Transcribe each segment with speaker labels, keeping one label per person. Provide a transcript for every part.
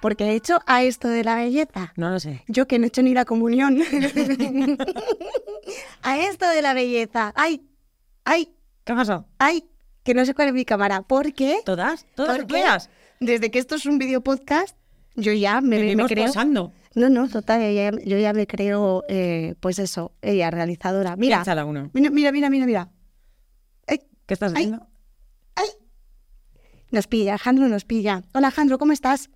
Speaker 1: Porque de hecho a esto de la belleza.
Speaker 2: No lo sé.
Speaker 1: Yo que no he hecho ni la comunión. a esto de la belleza. Ay, ay,
Speaker 2: ¿Qué ha pasado?
Speaker 1: ay, que no sé cuál es mi cámara. ¿Por qué?
Speaker 2: ¿Todas? ¿Todas
Speaker 1: ¿Por qué?
Speaker 2: todas?
Speaker 1: Desde que esto es un video podcast, yo ya me, me
Speaker 2: Venimos
Speaker 1: creo.
Speaker 2: posando.
Speaker 1: No, no, total, yo ya, yo ya me creo, eh, pues eso, ella realizadora. Mira,
Speaker 2: Piénsala uno.
Speaker 1: mira, mira, mira, mira, mira. Ay,
Speaker 2: ¿Qué estás
Speaker 1: Ay.
Speaker 2: haciendo?
Speaker 1: nos pilla, Alejandro nos pilla. Hola, Alejandro, ¿cómo estás?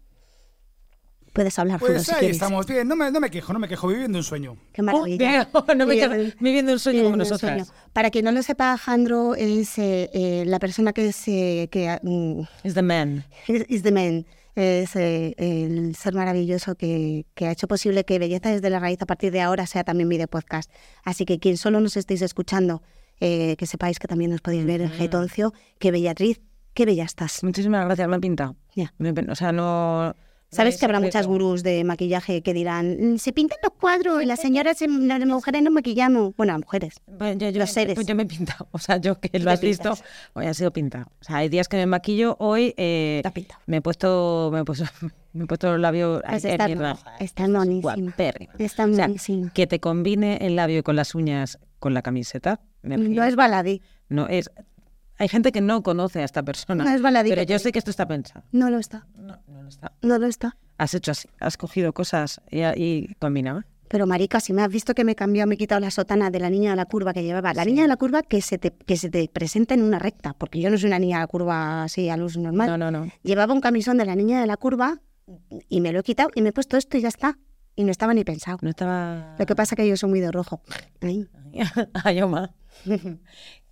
Speaker 1: Puedes hablar Juro,
Speaker 3: Pues
Speaker 1: si
Speaker 3: ahí
Speaker 1: quieres.
Speaker 3: estamos, bien, no me, no me quejo, no me quejo, viviendo un sueño.
Speaker 1: Qué
Speaker 2: Oh,
Speaker 1: maravilla.
Speaker 2: bien, no me
Speaker 1: Sí,
Speaker 2: quedo
Speaker 1: eh,
Speaker 2: viviendo un sueño como
Speaker 1: Tiene un sueño.
Speaker 2: nosotras.
Speaker 1: Para quien no lo sepa, Alejandro es eh, eh, la persona que es, eh, que, mm,
Speaker 2: It's the man.
Speaker 1: is is the man. Es eh, el ser maravilloso que, que ha hecho posible que Belleza desde la raíz a partir de ahora sea también video podcast. Así que quien solo nos estéis escuchando, eh, que sepáis que también nos podéis ver en Getoncio. Qué bellatriz, qué bella estás.
Speaker 2: Muchísimas gracias, me han pintado.
Speaker 1: Ya.
Speaker 2: Me pen- O sea, no...
Speaker 1: Sabes
Speaker 2: no
Speaker 1: que habrá
Speaker 2: es
Speaker 1: muchas
Speaker 2: secreto.
Speaker 1: gurús de maquillaje que dirán, "Mm, se pintan los cuadros, las señoras, se- las mujeres no maquillamos. Bueno, las mujeres.
Speaker 2: Bueno, Pues yo, yo
Speaker 1: Los
Speaker 2: me-
Speaker 1: seres.
Speaker 2: Yo me he pintado. O sea, yo que
Speaker 1: te
Speaker 2: lo has visto,
Speaker 1: pintas.
Speaker 2: hoy ha sido pintado. O sea, hay días que me maquillo, hoy eh,
Speaker 1: Te has pintado.
Speaker 2: me he puesto, me he puesto, me he puesto el labio ay,
Speaker 1: Pues está,
Speaker 2: eh, mierda.
Speaker 1: está monísimo.
Speaker 2: Guapérrimo.
Speaker 1: Está
Speaker 2: O sea,
Speaker 1: monísimo.
Speaker 2: que te combine el labio con las uñas con la camiseta. me
Speaker 1: No
Speaker 2: río.
Speaker 1: es baladí.
Speaker 2: No es- Hay gente que no conoce a esta persona.
Speaker 1: No es baladí
Speaker 2: Pero
Speaker 1: que
Speaker 2: yo
Speaker 1: te
Speaker 2: sé que esto está pensado.
Speaker 1: No lo está.
Speaker 2: No, no lo está.
Speaker 1: No lo está.
Speaker 2: Has hecho así, has cogido cosas y, y combinado.
Speaker 1: Pero marica, si me has visto que me he cambiado, me he quitado la sotana de la niña de la curva que llevaba. La niña de la curva que se te, que se te presenta en una recta, porque yo no soy una niña de la curva así a luz normal.
Speaker 2: No, no, no.
Speaker 1: Llevaba un camisón de la niña de la curva y me lo he quitado y me he puesto esto y ya está. Y no estaba ni pensado.
Speaker 2: No estaba.
Speaker 1: Lo que pasa que yo soy muy de rojo. Ay.
Speaker 2: Ay, Oma.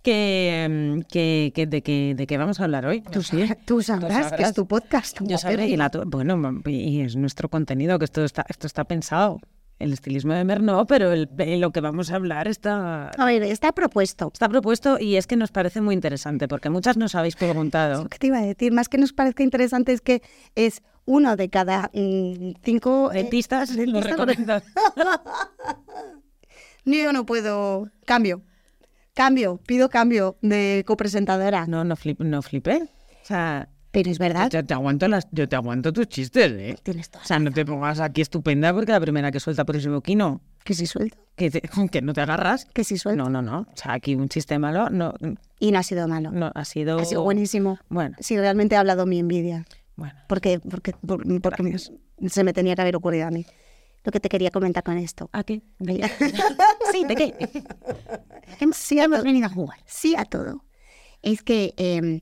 Speaker 2: que, mm, que, que- de, que, ¿De qué vamos a hablar hoy? Tú sí.
Speaker 1: Tú sabrás, que es tu podcast.
Speaker 2: Yo sabré y la tu- Bueno, mam, y es nuestro contenido, que esto está, esto está pensado. El estilismo de Mer no, pero el- eh, lo que vamos a hablar está,
Speaker 1: A ver, está propuesto.
Speaker 2: está propuesto y es que nos parece muy interesante, porque muchas nos habéis preguntado.
Speaker 1: Lo que te iba a decir, más que nos parezca interesante es que es uno de cada mm, cinco... eh,
Speaker 2: Dentistas, lo
Speaker 1: dentistas,
Speaker 2: recomiendan.
Speaker 1: No, yo no puedo. Cambio. Cambio. Pido cambio de copresentadora.
Speaker 2: No, no, flip, no flipé. O sea,
Speaker 1: Pero es verdad.
Speaker 4: Yo te aguanto las, yo te aguanto tus chistes, ¿eh?
Speaker 1: Tienes
Speaker 4: O
Speaker 1: todas.
Speaker 4: sea, no te pongas aquí estupenda porque la primera que suelta por el boquino,
Speaker 1: Que si suelto.
Speaker 4: que, te- que no te agarras.
Speaker 1: Que si suelto.
Speaker 4: No, no, no. O sea, aquí un chiste malo no,
Speaker 1: Y no ha sido malo.
Speaker 2: no, ha sido...
Speaker 1: Ha sido buenísimo.
Speaker 2: Bueno,
Speaker 1: Si realmente he hablado mi envidia.
Speaker 2: bueno.
Speaker 1: Porque, porque, por- porque se me tenía que haber ocurrido a mí. Lo que te quería comentar con esto.
Speaker 2: ¿A qué? ¿De qué?
Speaker 1: sí, ¿de qué? Sí a, todo, Sí a todo. Es que eh,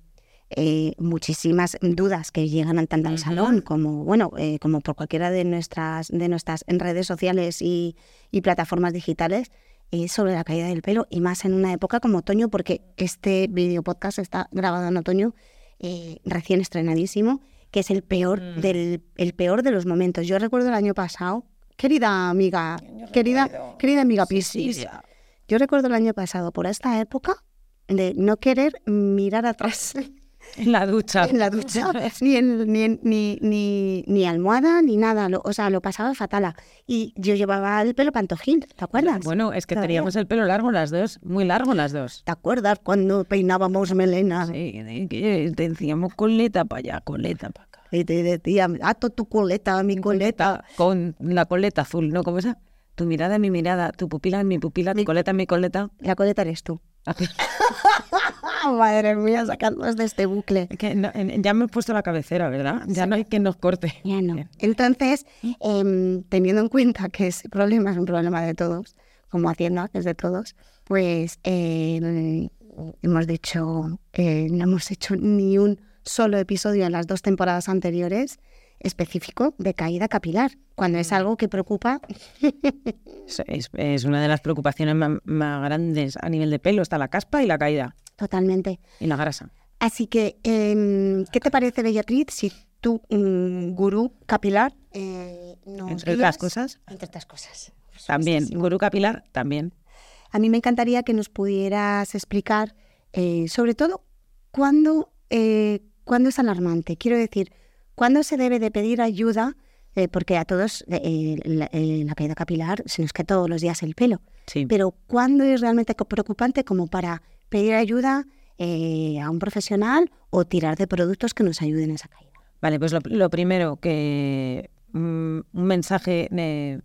Speaker 1: eh, muchísimas dudas que llegan tanto al salón como, bueno, eh, como por cualquiera de nuestras, de nuestras redes sociales y, y plataformas digitales eh, sobre la caída del pelo y más en una época como otoño, porque este video podcast está grabado en otoño, eh, recién estrenadísimo, que es el peor, del, el peor de los momentos. Yo recuerdo el año pasado, querida amiga, querida, querida amiga Piscis, yo recuerdo el año pasado, por esta época, de no querer mirar atrás
Speaker 2: En la ducha.
Speaker 1: en la ducha, ni, en- ni, en- ni, ni, ni almohada, ni nada. Lo- o sea, lo pasaba fatal. Y yo llevaba el pelo pantojín, ¿te acuerdas?
Speaker 2: Bueno, es que
Speaker 1: Todavía.
Speaker 2: teníamos el pelo largo las dos, muy largo las dos.
Speaker 1: ¿Te acuerdas cuando peinábamos melena?
Speaker 2: Sí, de que te decíamos coleta para allá, coleta para acá.
Speaker 1: Y te decía, ato tu coleta, mi coleta.
Speaker 2: Con la coleta azul, ¿no? Como esa. Tu mirada en mi mirada, tu pupila en mi pupila, tu coleta en mi coleta.
Speaker 1: La coleta eres tú. ¡Ah, madre mía, sacarnos de este bucle!
Speaker 2: Que no- en- ya me he puesto la cabecera, ¿verdad? Ya no hay quien nos corte.
Speaker 1: Ya no. Entonces, em, teniendo en cuenta que ese problema es un problema de todos, como Hacienda, que es de todos, pues em, hemos dicho, eh, no hemos hecho ni un solo episodio en las dos temporadas anteriores específico de caída capilar, cuando
Speaker 2: Mm.
Speaker 1: es algo que preocupa
Speaker 2: Es, es- es una de las preocupaciones ma- más grandes a nivel de pelo. Está la caspa y la caída.
Speaker 1: totalmente.
Speaker 2: Y la grasa.
Speaker 1: Así que, em, ¿qué te parece, Bellatriz, si tú, mm, gurú capilar, eh, nos
Speaker 2: Entre otras
Speaker 1: guías?
Speaker 2: cosas.
Speaker 1: Entre otras cosas.
Speaker 2: También, gurú capilar, también.
Speaker 1: A mí me encantaría que nos pudieras explicar, eh, sobre todo, cuándo, eh, cuándo es alarmante. Quiero decir, cuándo se debe de pedir ayuda, eh, porque a todos eh, la, eh, la caída capilar se nos cae todos los días el pelo.
Speaker 2: Sí.
Speaker 1: Pero cuándo es realmente co- preocupante como para pedir ayuda eh, a un profesional o tirar de productos que nos ayuden a esa caída.
Speaker 2: Vale, pues lo, lo primero, que mm, un mensaje eh,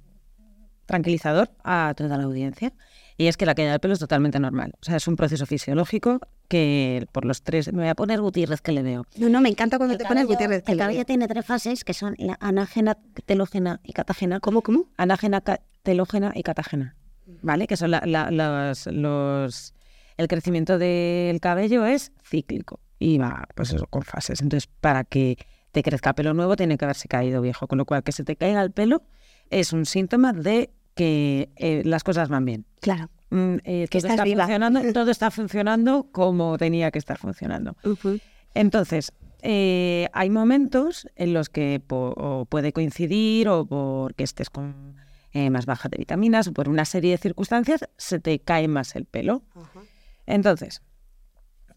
Speaker 2: tranquilizador a toda la audiencia, y es que la caída del pelo es totalmente normal. O sea, es un proceso fisiológico que por los tres, me voy a poner Gutiérrez que le veo.
Speaker 1: No, no, me encanta cuando te pones Gutiérrez.
Speaker 5: El cabello tiene tres fases, que son la anágena, telógena y catágena.
Speaker 1: ¿Cómo, cómo?
Speaker 2: Anágena, ca- telógena y catágena, ¿vale? Que son la- la- las- los... El crecimiento del cabello es cíclico y va, pues eso, con fases. Entonces, para que te crezca pelo nuevo, tiene que haberse caído viejo. Con lo cual, que se te caiga el pelo es un síntoma de que eh, las cosas van bien.
Speaker 1: Claro.
Speaker 2: Mm, eh, todo
Speaker 1: estás
Speaker 2: está
Speaker 1: viva.
Speaker 2: funcionando, todo está funcionando como tenía que estar funcionando. Entonces, eh, hay momentos en los que po- o puede coincidir o porque estés con eh, más baja de vitaminas o por una serie de circunstancias se te cae más el pelo. Entonces,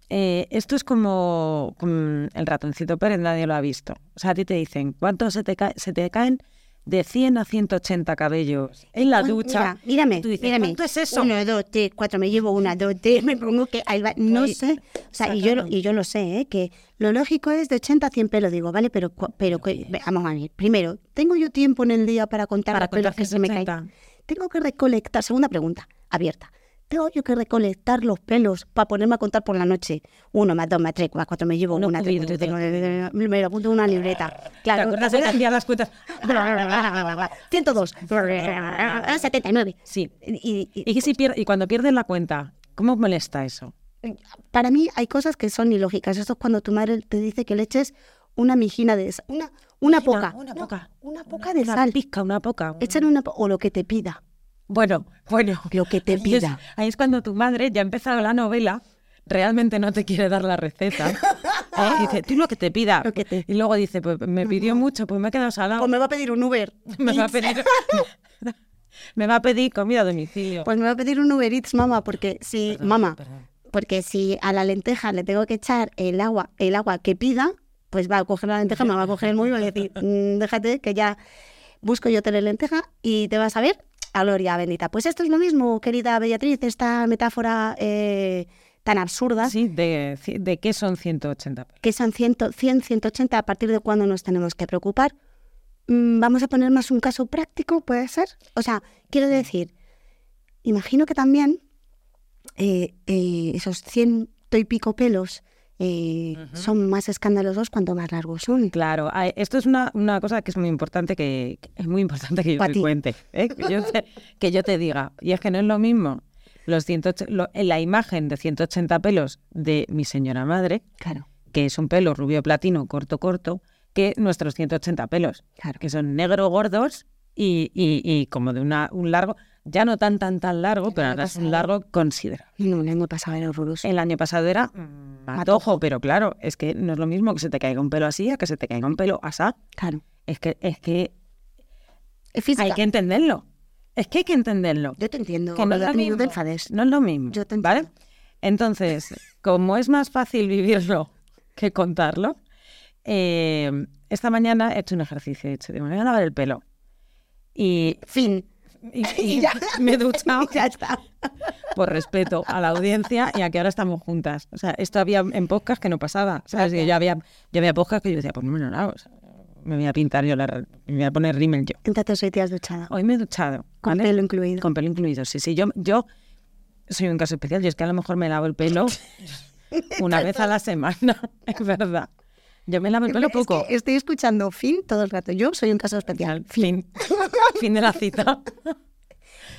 Speaker 2: eh, esto es como, con el ratoncito Pérez, nadie lo ha visto. O sea, a ti te dicen, ¿cuántos se te, ca- se te caen? De 100 a 180 cabellos en la
Speaker 1: Uy,
Speaker 2: ducha.
Speaker 1: Mira, mírame,
Speaker 2: Y tú dices,
Speaker 1: mírame.
Speaker 2: "¿Cuánto es eso?
Speaker 1: Uno, dos, tres, cuatro, me llevo una, dos, tres, me pongo que ahí va, no sé. O sea, y yo, lo- y yo lo sé, ¿eh? que lo lógico es de 80 a 100 pelos, digo, vale, pero, cu- pero que- vamos a ver. Primero, ¿tengo yo tiempo en el día para contar
Speaker 2: Para
Speaker 1: los pelos
Speaker 2: contar
Speaker 1: que se me caen?
Speaker 2: 180.
Speaker 1: Tengo que recolectar, segunda pregunta, abierta. ¿Tengo yo que recolectar los pelos para ponerme a contar por la noche? Uno más dos más tres más cuatro, me llevo
Speaker 2: Uno
Speaker 1: una, tengo,
Speaker 2: cubitos,
Speaker 1: tengo- me lo apunto en una libreta.
Speaker 2: ¿Te
Speaker 1: Claro,
Speaker 2: acuerdas de que hacía las cuentas?
Speaker 1: 102, 79.
Speaker 2: Sí.
Speaker 1: Y- y-
Speaker 2: ¿Y, que si pier- y cuando pierdes la cuenta, ¿cómo molesta eso?
Speaker 1: para mí hay cosas que son ilógicas. Esto es cuando tu madre te dice que le eches una mijina de esa, una, una poca.
Speaker 2: una
Speaker 1: No,
Speaker 2: poca.
Speaker 1: Una poca de
Speaker 2: una
Speaker 1: sal.
Speaker 2: pizca, una poca. un-
Speaker 1: Échale una po- o lo que te pida.
Speaker 2: Bueno, bueno.
Speaker 1: Lo que te
Speaker 2: Ahí es-
Speaker 1: pida.
Speaker 2: ahí es cuando tu madre ya ha empezado la novela, realmente no te quiere dar la receta. ¿eh? Y dice, tú lo que te pida.
Speaker 1: Lo que te-
Speaker 2: Y luego dice, pues me pidió mucho, pues me he quedado salado.
Speaker 1: Pues me va a pedir un Uber.
Speaker 2: Me va a pedir... me va a pedir comida a domicilio.
Speaker 1: Pues me va a pedir un Uber Eats, mamá, porque si, mamá, porque si a la lenteja le tengo que echar el agua, el agua que pida, pues va a coger la lenteja, me va a coger el móvil y va a decir, "Mm, déjate que ya busco yo tele lenteja y te vas a ver a gloria bendita. Pues esto es lo mismo, querida Beatriz, esta metáfora eh, tan absurda,
Speaker 2: Sí, de, de qué son 180 pelos.
Speaker 1: que son 100, 100, 180, a partir de cuándo nos tenemos que preocupar. Mm, Vamos a poner más un caso práctico, ¿puede ser? O sea, quiero decir, imagino que también eh, eh, esos ciento y pico pelos eh, son más escandalosos cuanto más largos son.
Speaker 2: Claro, a- esto es una, una cosa que es muy importante que, que es muy importante que yo
Speaker 1: Pa'
Speaker 2: te
Speaker 1: ti.
Speaker 2: cuente, ¿eh? que, yo te, que yo te diga. Y es que no es lo mismo los 180 lo- en la imagen de 180 pelos de mi señora madre,
Speaker 1: Claro.
Speaker 2: que es un pelo rubio platino corto corto, que nuestros 180 pelos,
Speaker 1: Claro.
Speaker 2: que son negro gordos y, y- y como de una, un largo, ya no tan tan tan largo, pero ahora es
Speaker 1: ¿eh?
Speaker 2: un largo considerable.
Speaker 1: No, el año pasado era horroroso.
Speaker 2: El año pasado era
Speaker 1: Mm,
Speaker 2: matojo, pero claro, es que no es lo mismo que se te caiga un pelo así a que se te caiga un pelo asá.
Speaker 1: Claro.
Speaker 2: Es que, es que
Speaker 1: Es Eh, física.
Speaker 2: hay que entenderlo. Es que hay que entenderlo.
Speaker 1: Yo te entiendo.
Speaker 2: Que no es
Speaker 1: Beatriz,
Speaker 2: lo mismo.
Speaker 1: No te enfades.
Speaker 2: No es lo mismo.
Speaker 1: Yo te
Speaker 2: ¿Vale?
Speaker 1: entiendo.
Speaker 2: Entonces, como es más fácil vivirlo que contarlo, eh, esta mañana he hecho un ejercicio. He dicho, "Digo, me voy a lavar el pelo. Y,
Speaker 1: Fin.
Speaker 2: y- y me he duchado
Speaker 1: ya está.
Speaker 2: por respeto a la audiencia y a que ahora estamos juntas. O sea, esto había en podcast que no pasaba. ¿sabes? Yo, había, yo había podcast que yo decía, pues no me lo lavo, o sea, me voy a pintar yo, la- me voy a poner rímel yo.
Speaker 1: Entonces hoy te has duchado.
Speaker 2: Hoy me he duchado.
Speaker 1: Con
Speaker 2: ¿vale?
Speaker 1: pelo incluido.
Speaker 2: Con pelo incluido, sí, sí. Yo, yo soy un caso especial. Yo es que a lo mejor me lavo el pelo una vez a la semana, es verdad. Yo me lavo el pelo
Speaker 1: Es que
Speaker 2: poco.
Speaker 1: estoy escuchando fin todo el rato. Yo soy un caso especial.
Speaker 2: Fin. Fin de la cita.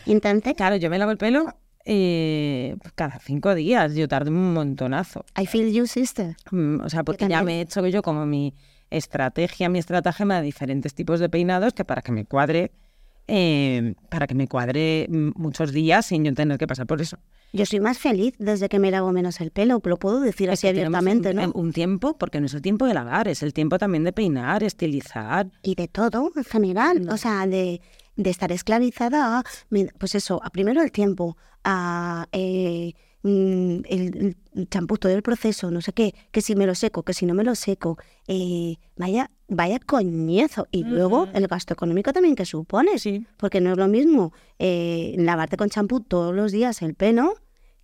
Speaker 1: Entonces,
Speaker 2: Claro, yo me lavo el pelo eh, cada cinco días. Yo tardo un montonazo.
Speaker 1: I feel you, sister.
Speaker 2: Mm, O sea, porque ya
Speaker 1: también.
Speaker 2: me he hecho yo como mi estrategia, mi estratagema de diferentes tipos de peinados que para que me cuadre, eh, para que me cuadre mm, muchos días sin yo tener que pasar por eso.
Speaker 1: Yo soy más feliz desde que me lavo menos el pelo, lo puedo decir
Speaker 2: Es
Speaker 1: así
Speaker 2: que tenemos
Speaker 1: abiertamente,
Speaker 2: un, em,
Speaker 1: ¿no?
Speaker 2: Un tiempo, porque no es el tiempo de lavar, es el tiempo también de peinar, estilizar.
Speaker 1: Y de todo en general, o sea, de de estar esclavizada a, me- pues eso, a primero el tiempo, a eh, mm, el, el champú, todo el proceso, no sé qué, que si me lo seco, que si no me lo seco, eh, vaya, vaya coñazo. Y luego el gasto económico también que supone,
Speaker 2: Sí.
Speaker 1: porque no es lo mismo eh, lavarte con champú todos los días el pelo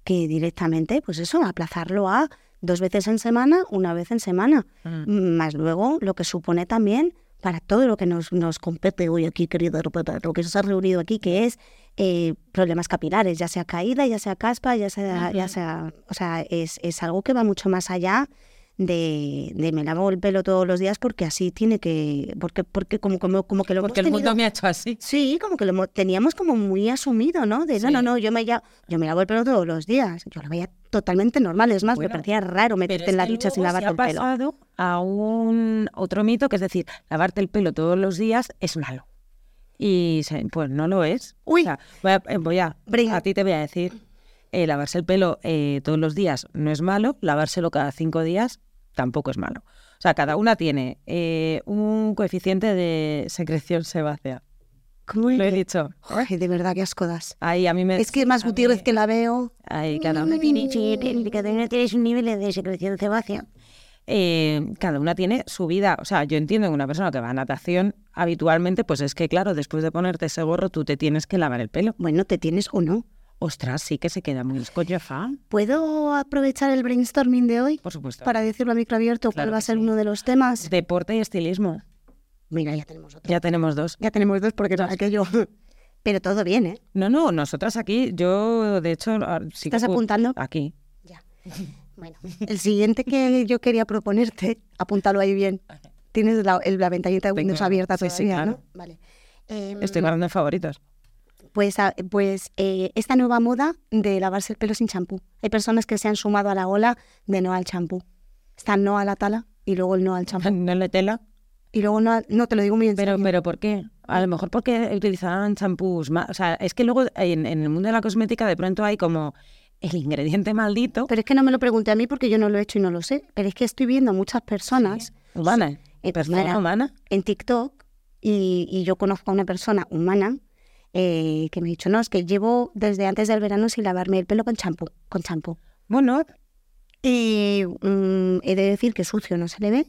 Speaker 1: que directamente, pues eso, aplazarlo a dos veces en semana, una vez en semana,
Speaker 2: Mm.
Speaker 1: más luego lo que supone también para todo lo que nos, nos compete hoy aquí, querido, lo que nos ha reunido aquí, que es eh, problemas capilares, ya sea caída, ya sea caspa, ya sea, ya sea o sea, es, es algo que va mucho más allá de, de me lavo el pelo todos los días porque así tiene que, porque, porque como, como, como que lo
Speaker 4: Porque el
Speaker 1: hemos
Speaker 4: mundo
Speaker 1: tenido-
Speaker 4: me ha hecho así.
Speaker 1: Sí, como que lo mo- teníamos como muy asumido, ¿no? De no, no, no, yo me, ya, yo me lavo el pelo todos los días. Yo lo veía totalmente normal. Es más, me
Speaker 2: Bueno,
Speaker 1: parecía raro meterte
Speaker 2: Pero es
Speaker 1: en la
Speaker 2: que
Speaker 1: ducha sin
Speaker 2: luego se
Speaker 1: lavarte el
Speaker 2: ha
Speaker 1: pelo.
Speaker 2: pasado a un otro mito, que es decir, lavarte el pelo todos los días es malo. Y se- pues no lo es.
Speaker 1: Uy.
Speaker 2: O sea, voy a, eh, voy a,
Speaker 1: Brinca.
Speaker 2: a ti te voy a decir, eh, lavarse el pelo eh, todos los días no es malo, lavárselo cada cinco días tampoco es malo. O sea, cada una tiene eh, un coeficiente de secreción sebácea.
Speaker 1: ¿Cómo
Speaker 2: Lo he
Speaker 1: que-
Speaker 2: dicho.
Speaker 1: Ay, de verdad, qué asco das.
Speaker 2: Ahí a mí me...
Speaker 1: Es que más
Speaker 2: Eh, a mí-
Speaker 1: Gutiérrez que la veo.
Speaker 2: ahí, claro.
Speaker 5: no tienes un nivel de secreción sebácea.
Speaker 2: eh, cada una tiene su vida. O sea, yo entiendo que una persona que va a natación habitualmente, pues es que, claro, después de ponerte ese gorro, tú te tienes que lavar el pelo.
Speaker 1: Bueno, te tienes o no.
Speaker 2: Ostras, sí que se queda muy escollo, fa.
Speaker 1: ¿Puedo aprovechar el brainstorming de hoy
Speaker 2: Por supuesto.
Speaker 1: para decirlo a micro abierto
Speaker 2: Claro
Speaker 1: cuál va a
Speaker 2: que
Speaker 1: ser
Speaker 2: sí.
Speaker 1: uno de los temas?
Speaker 2: Deporte y estilismo.
Speaker 1: Mira, ya tenemos otro.
Speaker 2: Ya tenemos dos.
Speaker 1: Ya tenemos dos porque no, aquello. Pero todo bien, ¿eh?
Speaker 2: No, no, nosotras aquí, yo, de hecho, ah, sí que
Speaker 1: ¿Estás
Speaker 2: pu-
Speaker 1: apuntando?
Speaker 2: Aquí.
Speaker 1: Bueno, el siguiente que yo quería proponerte, apúntalo ahí bien. Tienes la, el- la ventanita de
Speaker 2: Tengo-
Speaker 1: Windows abierta
Speaker 2: sí,
Speaker 1: todavía,
Speaker 2: claro.
Speaker 1: ¿no? Vale. Em,
Speaker 2: Estoy guardando en favoritos.
Speaker 1: Pues, a- pues eh, esta nueva moda de lavarse el pelo sin champú. Hay personas que se han sumado a la ola de no al champú. Está no a la tala y luego el no al champú.
Speaker 2: No le tela.
Speaker 1: Y luego no, al- no te lo digo muy en
Speaker 2: Pero,
Speaker 1: serio.
Speaker 2: pero ¿por qué? A lo mejor porque utilizaban champús más. O sea, es que luego en, en el mundo de la cosmética de pronto hay como el ingrediente maldito.
Speaker 1: Pero es que no me lo pregunté a mí porque yo no lo he hecho y no lo sé. Pero es que estoy viendo a muchas personas
Speaker 2: Humana.
Speaker 1: Eh,
Speaker 2: Persona
Speaker 1: humana.
Speaker 2: humana.
Speaker 1: en TikTok y, y yo conozco a una persona humana eh, que me ha dicho, no, es que llevo desde antes del verano sin lavarme el pelo con champú, con champú.
Speaker 2: Bueno,
Speaker 1: Y mm, he de decir que sucio no se le ve,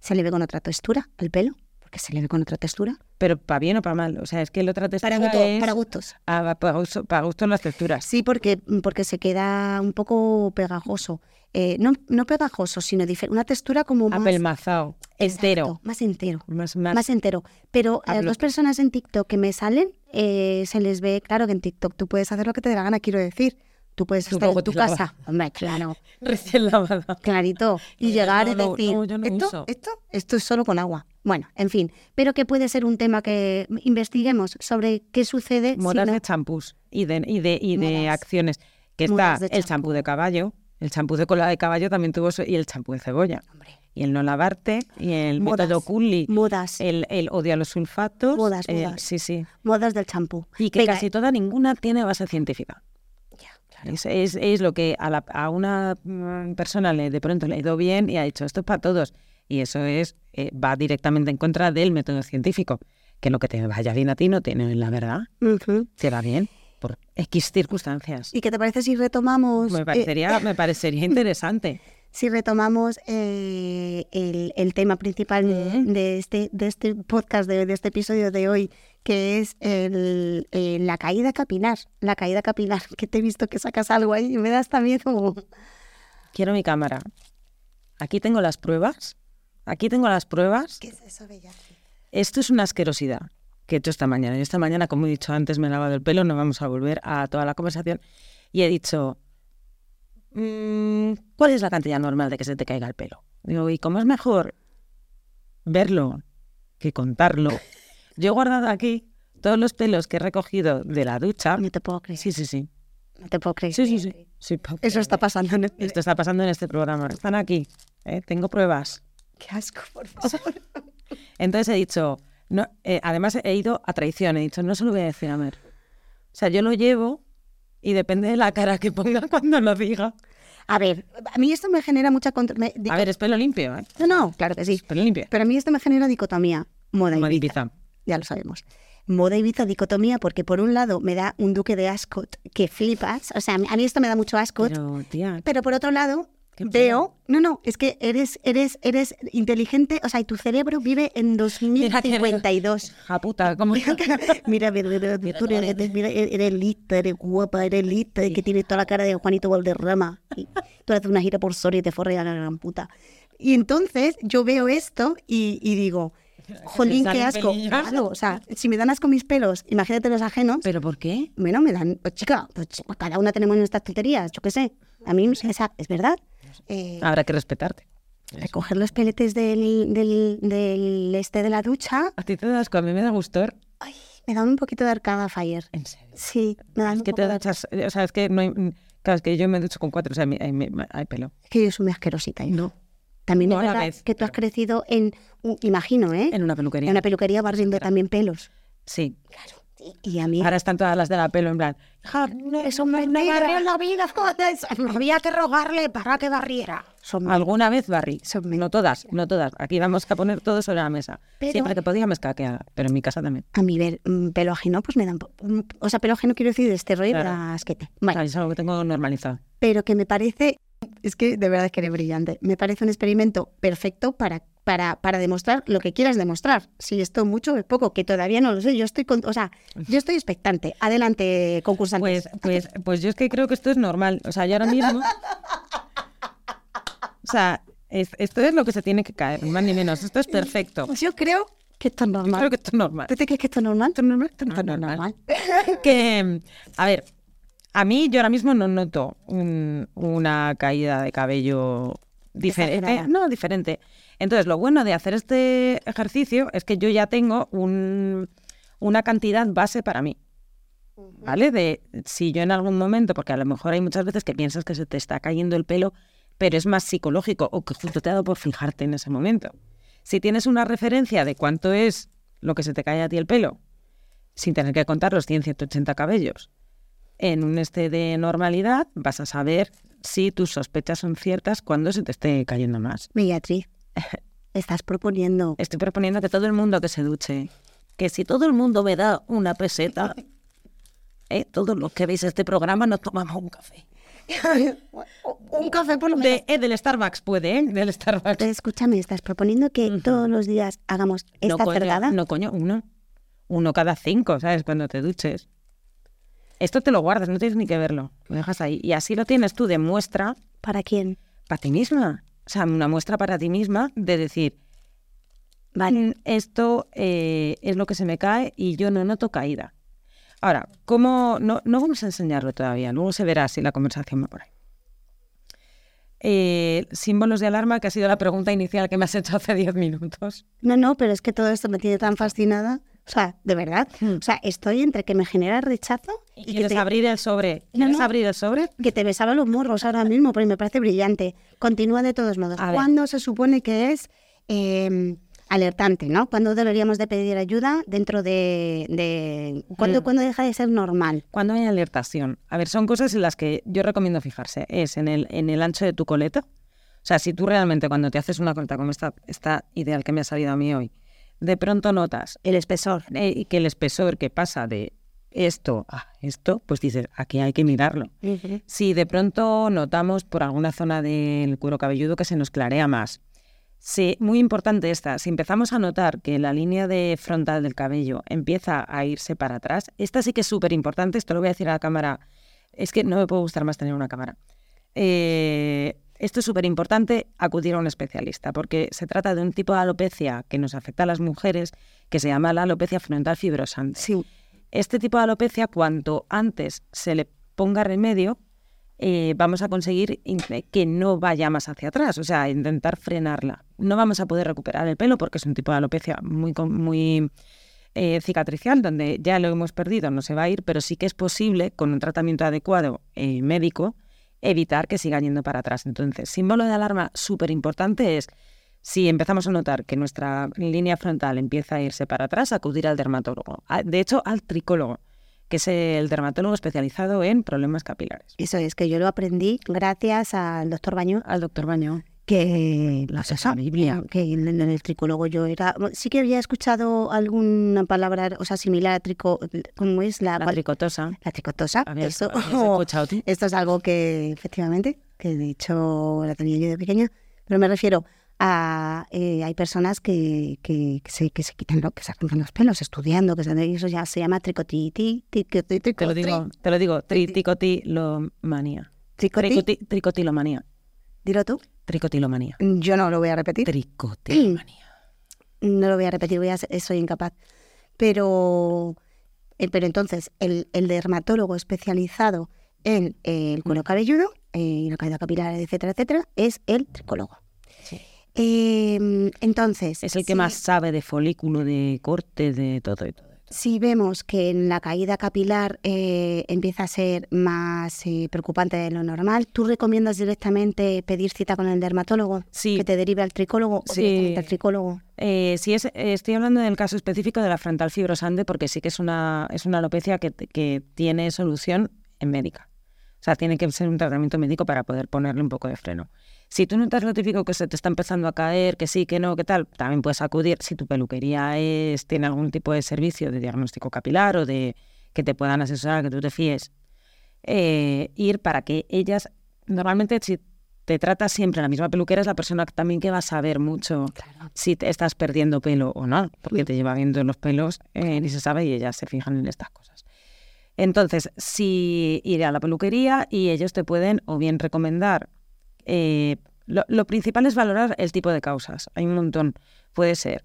Speaker 1: se le ve con otra textura al pelo, porque se le ve con otra textura.
Speaker 2: pero para bien o para mal. O sea, es que el otro textura
Speaker 1: Para, gusto-
Speaker 2: es
Speaker 1: para gustos.
Speaker 2: Ah, va, para gusto, para gusto en las texturas.
Speaker 1: Sí, porque, mm, porque se queda un poco pegajoso. Eh, no, no pegajoso, sino difer- una textura como
Speaker 2: Ah,
Speaker 1: más...
Speaker 2: Apelmazado, entero.
Speaker 1: Exacto, Más entero.
Speaker 2: Más, más-
Speaker 1: más entero. Pero las
Speaker 2: Hablo-
Speaker 1: dos personas en TikTok que me salen, eh, se les ve, claro que en TikTok tú puedes hacer lo que te dé la gana, quiero decir. Tú puedes
Speaker 2: Tú
Speaker 1: estar en
Speaker 2: luego
Speaker 1: tu
Speaker 2: te lavas.
Speaker 1: casa, hombre, claro,
Speaker 2: recién lavada.
Speaker 1: clarito, y
Speaker 2: Yo
Speaker 1: llegar
Speaker 2: Eh, no
Speaker 1: y
Speaker 2: lo-
Speaker 1: decir,
Speaker 2: no, yo no
Speaker 1: ¿esto,
Speaker 2: uso".
Speaker 1: esto, esto es solo con agua. Bueno, en fin, pero que puede ser un tema que investiguemos sobre qué sucede si
Speaker 2: Modas
Speaker 1: no-
Speaker 2: de champús y de, y de, y de
Speaker 1: Modas.
Speaker 2: acciones. Que
Speaker 1: Modas
Speaker 2: está
Speaker 1: de
Speaker 2: el champú de caballo, el champú de cola de caballo también tuvo su- y el champú de cebolla.
Speaker 1: Hombre,
Speaker 2: Y el no lavarte, y el
Speaker 1: Modas.
Speaker 2: método Cully,
Speaker 1: modas,
Speaker 2: el, el odio a los sulfatos.
Speaker 1: Modas,
Speaker 2: eh,
Speaker 1: modas.
Speaker 2: sí, sí.
Speaker 1: modas del champú.
Speaker 2: Y que
Speaker 1: Venga, eh.
Speaker 2: casi toda ninguna tiene base científica.
Speaker 1: ya, claro.
Speaker 2: Es, es- es lo que a, la- a una mm, persona le, de pronto le ha ido bien y ha dicho, esto es para todos. Y eso es eh, va directamente en contra del método científico. Que lo que te vaya bien a ti no tiene la verdad.
Speaker 1: Ujú.
Speaker 2: Te va bien por X circunstancias.
Speaker 1: ¿Y qué te parece si retomamos?
Speaker 2: Me
Speaker 1: eh,
Speaker 2: parecería, me parecería interesante.
Speaker 1: si retomamos eh, el, el tema principal de, de este, de este podcast, de, de este episodio de hoy, que es el- eh, la caída capilar. La caída capilar, que te he visto que sacas algo ahí y me das también como...
Speaker 2: Quiero mi cámara. Aquí tengo las pruebas. Aquí tengo las pruebas.
Speaker 1: es eso,
Speaker 2: Esto es una asquerosidad que he hecho esta mañana. Yo esta mañana, como he dicho antes, me he lavado el pelo, no vamos a volver a toda la conversación. Y he dicho, mm, ¿cuál es la cantidad normal de que se te caiga el pelo? Digo, y como es mejor verlo que contarlo, yo he guardado aquí todos los pelos que he recogido de la ducha.
Speaker 1: No te puedo creer,
Speaker 2: Sí, sí, sí.
Speaker 1: no te puedo creer.
Speaker 2: Sí, sí, sí. Sí, pa-
Speaker 1: Eso está pasando en el...
Speaker 2: Esto está pasando en este programa. Están aquí. ¿eh? Tengo pruebas.
Speaker 1: Qué asco, por favor.
Speaker 2: Entonces he dicho, no, eh, además he ido a traición, he dicho, no se lo voy a decir a Mer. O sea, yo lo llevo y depende de la cara que ponga cuando lo diga.
Speaker 1: A ver, a mí esto me genera mucha... contra- me- dico-
Speaker 2: A ver, es pelo limpio, ¿eh?
Speaker 1: No, no, claro que sí.
Speaker 2: Es pelo limpio.
Speaker 1: Pero a mí esto me genera dicotomía. Moda y
Speaker 2: Como
Speaker 1: Ibiza.
Speaker 2: Ibiza.
Speaker 1: ya lo sabemos. moda Ibiza dicotomía porque por un lado me da un duque de Ascot que flipas, o sea, a mí esto me da mucho Ascot, pero,
Speaker 2: Pero, tía,
Speaker 1: por otro lado
Speaker 2: Qué
Speaker 1: veo, no, no, es que eres eres eres inteligente, o sea, y tu cerebro vive en 2052.
Speaker 2: ja puta, ¿cómo
Speaker 1: Mira, mira, mira, tú eres, mira, eres lista, eres guapa, eres lista, que tienes toda la cara de Juanito Valderrama. Y tú haces una gira por Soria y te forras a la gran puta. Y entonces yo veo esto y, y digo, jolín, qué
Speaker 2: salen
Speaker 1: asco.
Speaker 2: pelillos.
Speaker 1: Claro, o sea, si me dan asco mis pelos, imagínate los ajenos.
Speaker 2: ¿Pero por qué?
Speaker 1: Bueno, me dan, pues chica, pues chica, cada una tenemos nuestras tonterías, yo qué sé. A mí, esa, es verdad. Eh,
Speaker 2: Habrá que respetarte.
Speaker 1: recoger los peletes del, del, del este de la ducha,
Speaker 2: A ti te da asco, a mí me da gustor.
Speaker 1: ay, me dan un poquito de arcada fire.
Speaker 2: En serio.
Speaker 1: Sí, me dan
Speaker 2: Es
Speaker 1: un
Speaker 2: que
Speaker 1: Ah, poco
Speaker 2: te
Speaker 1: de-
Speaker 2: da esas- O sea, es que no hay. Claro, es que yo me ducho con cuatro, o sea, mi- hay, mi- hay pelo.
Speaker 1: Es que yo soy muy asquerosita. No. También
Speaker 2: No
Speaker 1: es
Speaker 2: a la
Speaker 1: verdad
Speaker 2: vez,
Speaker 1: que tú has crecido en, un- imagino, ¿eh?
Speaker 2: En una peluquería.
Speaker 1: En una peluquería barriendo también pelos.
Speaker 2: Sí.
Speaker 1: Y- Y a mí...
Speaker 2: Ahora están todas las de la pelo en plan.
Speaker 1: eso me barrió la vida, joder, eso- había que rogarle para que barriera. Son
Speaker 2: Alguna vez barrí.
Speaker 1: Son
Speaker 2: No todas, no todas. Aquí vamos a poner todo sobre la mesa.
Speaker 1: Pero-
Speaker 2: Siempre que podía me escaqueaba, pero en mi casa también.
Speaker 1: A mí ver mm, pelo ajeno, pues me dan... po- mm, O sea, pelo ajeno quiero decir de este rollo,
Speaker 2: Claro.
Speaker 1: pero asquete.
Speaker 2: O
Speaker 1: Bueno,
Speaker 2: sea, es algo que tengo normalizado.
Speaker 1: pero que me parece, es que de verdad es que eres brillante, me parece un experimento perfecto para, para, para demostrar lo que quieras demostrar. Si esto mucho o es poco, que todavía no lo sé, yo estoy, con, o sea, yo estoy expectante. Adelante, concursantes.
Speaker 2: Pues, pues, pues yo es que creo que esto es normal. O sea, yo ahora mismo. O sea, es- esto es lo que se tiene que caer, ni más ni menos. Esto es perfecto.
Speaker 1: Pues yo creo que esto es normal.
Speaker 2: Claro que esto es normal.
Speaker 1: ¿Tú te crees que esto es normal? ¿Esto es normal? Esto no es
Speaker 2: normal.
Speaker 1: normal.
Speaker 2: Que, a ver, a mí yo ahora mismo no noto un- una caída de cabello diferente.
Speaker 1: Exagerada.
Speaker 2: No, diferente. Entonces, lo bueno de hacer este ejercicio es que yo ya tengo un- una cantidad base para mí. ¿Vale? De si yo en algún momento, porque a lo mejor hay muchas veces que piensas que se te está cayendo el pelo, pero es más psicológico o que justo te ha dado por fijarte en ese momento. Si tienes una referencia de cuánto es lo que se te cae a ti el pelo, sin tener que contar los 100, 180 cabellos, en un este de normalidad vas a saber si tus sospechas son ciertas cuando se te esté cayendo más.
Speaker 1: Beatriz, estás proponiendo...
Speaker 2: Estoy proponiendo que todo el mundo que se duche, que si todo el mundo me da una peseta, eh, todos los que veis este programa nos tomamos un café.
Speaker 1: Un café por lo
Speaker 2: De, eh, del Starbucks puede, ¿eh? Del Starbucks.
Speaker 1: Escúchame, estás proponiendo que todos los días hagamos esta
Speaker 2: coño,
Speaker 1: cerrada.
Speaker 2: No, coño, uno. Uno cada cinco, ¿sabes? Cuando te duches. Esto te lo guardas, no tienes ni que verlo. Lo dejas ahí. Y así lo tienes tú de muestra
Speaker 1: ¿Para quién?
Speaker 2: para ti misma. O sea, una muestra para ti misma de decir,
Speaker 1: Vale.
Speaker 2: "Mm, esto eh, es lo que se me cae y yo no noto caída. Ahora, ¿cómo? No, no vamos a enseñarlo todavía, luego se verá si la conversación va por ahí. Eh, símbolos de alarma, que ha sido la pregunta inicial que me has hecho hace 10 minutos.
Speaker 1: No, no, pero es que todo esto me tiene tan fascinada. O sea, de verdad. O sea, estoy entre que me genera rechazo
Speaker 2: ¿Y
Speaker 1: y que
Speaker 2: ¿Quieres
Speaker 1: te,
Speaker 2: abrir el sobre?
Speaker 1: No,
Speaker 2: ¿Quieres
Speaker 1: no.
Speaker 2: abrir el sobre?
Speaker 1: que te besaba los morros ahora mismo, porque me parece brillante. Continúa de todos modos.
Speaker 2: A ver.
Speaker 1: ¿Cuándo se supone que es eh, alertante, no? ¿Cuándo deberíamos de pedir ayuda dentro de... de...
Speaker 2: Mm.
Speaker 1: ¿Cuándo, cuándo deja de ser normal?
Speaker 2: Cuando hay alertación. A ver, son cosas en las que yo recomiendo fijarse. Es en el, en el ancho de tu coleta. O sea, si tú realmente cuando te haces una coleta como esta, esta ideal que me ha salido a mí hoy, de pronto notas
Speaker 1: El espesor.
Speaker 2: eh, y que el espesor que pasa de esto a esto, pues dices, aquí hay que mirarlo. Si de pronto notamos por alguna zona del cuero cabelludo que se nos clarea más. Sí, muy importante esta. Si empezamos a notar que la línea de frontal del cabello empieza a irse para atrás, esta sí que es súper importante. Esto lo voy a decir a la cámara. Es que no me puede gustar más tener una cámara. Eh, esto es súper importante, acudir a un especialista, porque se trata de un tipo de alopecia que nos afecta a las mujeres, que se llama la alopecia frontal fibrosante.
Speaker 1: Sí.
Speaker 2: Este tipo de alopecia, cuanto antes se le ponga remedio, eh, vamos a conseguir in- eh, que no vaya más hacia atrás, o sea, intentar frenarla. No vamos a poder recuperar el pelo porque es un tipo de alopecia muy, con- muy eh, cicatricial, donde ya lo hemos perdido, no se va a ir, pero sí que es posible, con un tratamiento adecuado eh, médico, evitar que siga yendo para atrás. Entonces, símbolo de alarma súper importante es si empezamos a notar que nuestra línea frontal empieza a irse para atrás, acudir al dermatólogo. A- De hecho, al tricólogo, que es el dermatólogo especializado en problemas capilares.
Speaker 1: Eso es, que yo lo aprendí gracias al doctor Baño,
Speaker 2: Al doctor Baño.
Speaker 1: que la Biblia. Que en, en el tricólogo yo era. Sí que había escuchado alguna palabra, o sea, similar a trico. ¿Cómo es la,
Speaker 2: La
Speaker 1: cual-
Speaker 2: tricotosa.
Speaker 1: la tricotosa?
Speaker 2: ¿Habías-
Speaker 1: Eso-
Speaker 2: habías escuchado tú?
Speaker 1: esto es algo que efectivamente, que de hecho la tenía yo de pequeña, pero me refiero a eh, hay personas que, que, que se, que se quitan lo- que se arrancan los pelos estudiando, que se- y eso ya se llama tricotí, ti, ti, que- ti,
Speaker 2: Te lo
Speaker 1: tricotri-
Speaker 2: digo, te lo digo, tri- tricotilomanía.
Speaker 1: tricotí.
Speaker 2: Tricoti- tricotilomanía.
Speaker 1: Dilo tú.
Speaker 2: Tricotilomanía.
Speaker 1: Yo no lo voy a repetir.
Speaker 2: Tricotilomanía.
Speaker 1: No lo voy a repetir, voy a, ser- soy incapaz. Pero, eh, pero entonces, el, el dermatólogo especializado en eh, el
Speaker 2: Mm.
Speaker 1: cuero cabelludo, eh, la caída capilar, etcétera, etcétera, es el tricólogo. Eh, entonces,
Speaker 2: Es el que
Speaker 1: si-
Speaker 2: más sabe de folículo, de corte, de todo y todo.
Speaker 1: si vemos que en la caída capilar eh, empieza a ser más eh, preocupante de lo normal, ¿tú recomiendas directamente pedir cita con el dermatólogo?
Speaker 2: Sí.
Speaker 1: Que te derive al tricólogo o
Speaker 2: Sí.
Speaker 1: directamente al tricólogo.
Speaker 2: Eh, sí es, eh, estoy hablando del caso específico de la frontal fibrosante porque sí que es una, es una alopecia que, que tiene solución en médica. O sea, tiene que ser un tratamiento médico para poder ponerle un poco de freno. Si tú notas lo típico que se te está empezando a caer, que sí, que no, que tal, también puedes acudir. Si tu peluquería es, tiene algún tipo de servicio de diagnóstico capilar o de que te puedan asesorar, que tú te fíes, eh, ir para que ellas, normalmente si te tratas siempre la misma peluquera, es la persona que- también que va a saber mucho si te estás perdiendo pelo o no, porque te lleva viendo los pelos eh, y se sabe y ellas se fijan en estas cosas. Entonces, si ir a la peluquería y ellos te pueden o bien recomendar, eh, lo, lo principal es valorar el tipo de causas. Hay un montón. Puede ser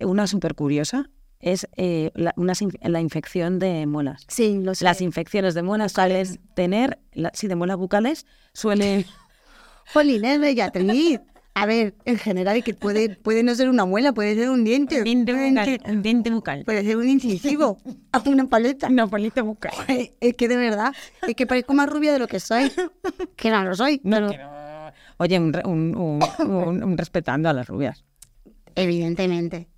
Speaker 2: una súper curiosa, es eh, la, unas inf- la infección de muelas.
Speaker 1: Sí, lo sé.
Speaker 2: Las infecciones de muelas suelen tener, la- sí, de muelas bucales, suelen...
Speaker 1: Jolín, es Bellatriz. A ver, en general, que puede, puede no ser una muela, puede ser un diente.
Speaker 2: Un diente bucal.
Speaker 1: Puede ser un incisivo. o Una paleta.
Speaker 2: No, diente bucal.
Speaker 1: Es que de verdad, es que parezco más rubia de lo que soy. Que no lo soy.
Speaker 2: No,
Speaker 1: pero
Speaker 2: que no. Oye, un, re- un- un- un- un respetando a las rubias.
Speaker 1: Evidentemente.